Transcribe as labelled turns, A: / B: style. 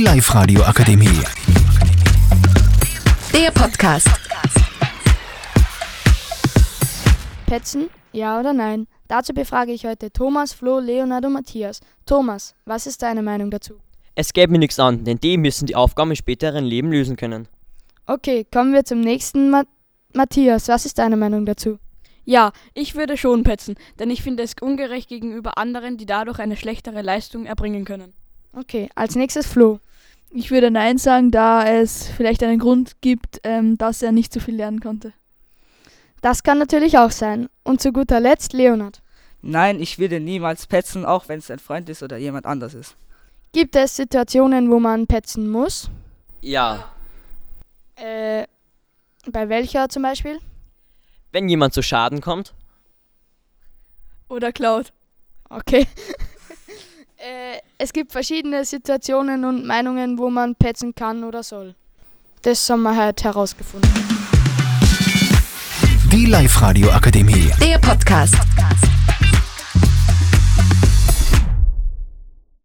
A: Live Radio Akademie.
B: Der Podcast.
C: Petzen? Ja oder nein? Dazu befrage ich heute Thomas, Flo, Leonard und Matthias. Thomas, was ist deine Meinung dazu?
D: Es geht mir nichts an, denn die müssen die Aufgaben im späteren Leben lösen können.
C: Okay, kommen wir zum nächsten Ma Matthias. Was ist deine Meinung dazu?
E: Ja, ich würde schon petzen, denn ich finde es ungerecht gegenüber anderen, die dadurch eine schlechtere Leistung erbringen können.
C: Okay, als nächstes Flo.
F: Ich würde Nein sagen, da es vielleicht einen Grund gibt, ähm, dass er nicht so viel lernen konnte.
C: Das kann natürlich auch sein. Und zu guter Letzt Leonard.
G: Nein, ich würde niemals petzen, auch wenn es ein Freund ist oder jemand anders ist.
C: Gibt es Situationen, wo man petzen muss?
D: Ja,
C: Äh, bei welcher zum Beispiel?
D: wenn jemand zu Schaden kommt,
F: Oder Cloud.
C: Okay. äh, es gibt verschiedene Situationen und Meinungen, wo man petzen kann oder soll. Das haben wir halt herausgefunden.
A: Die Live Radio Akademie.
B: Der Podcast.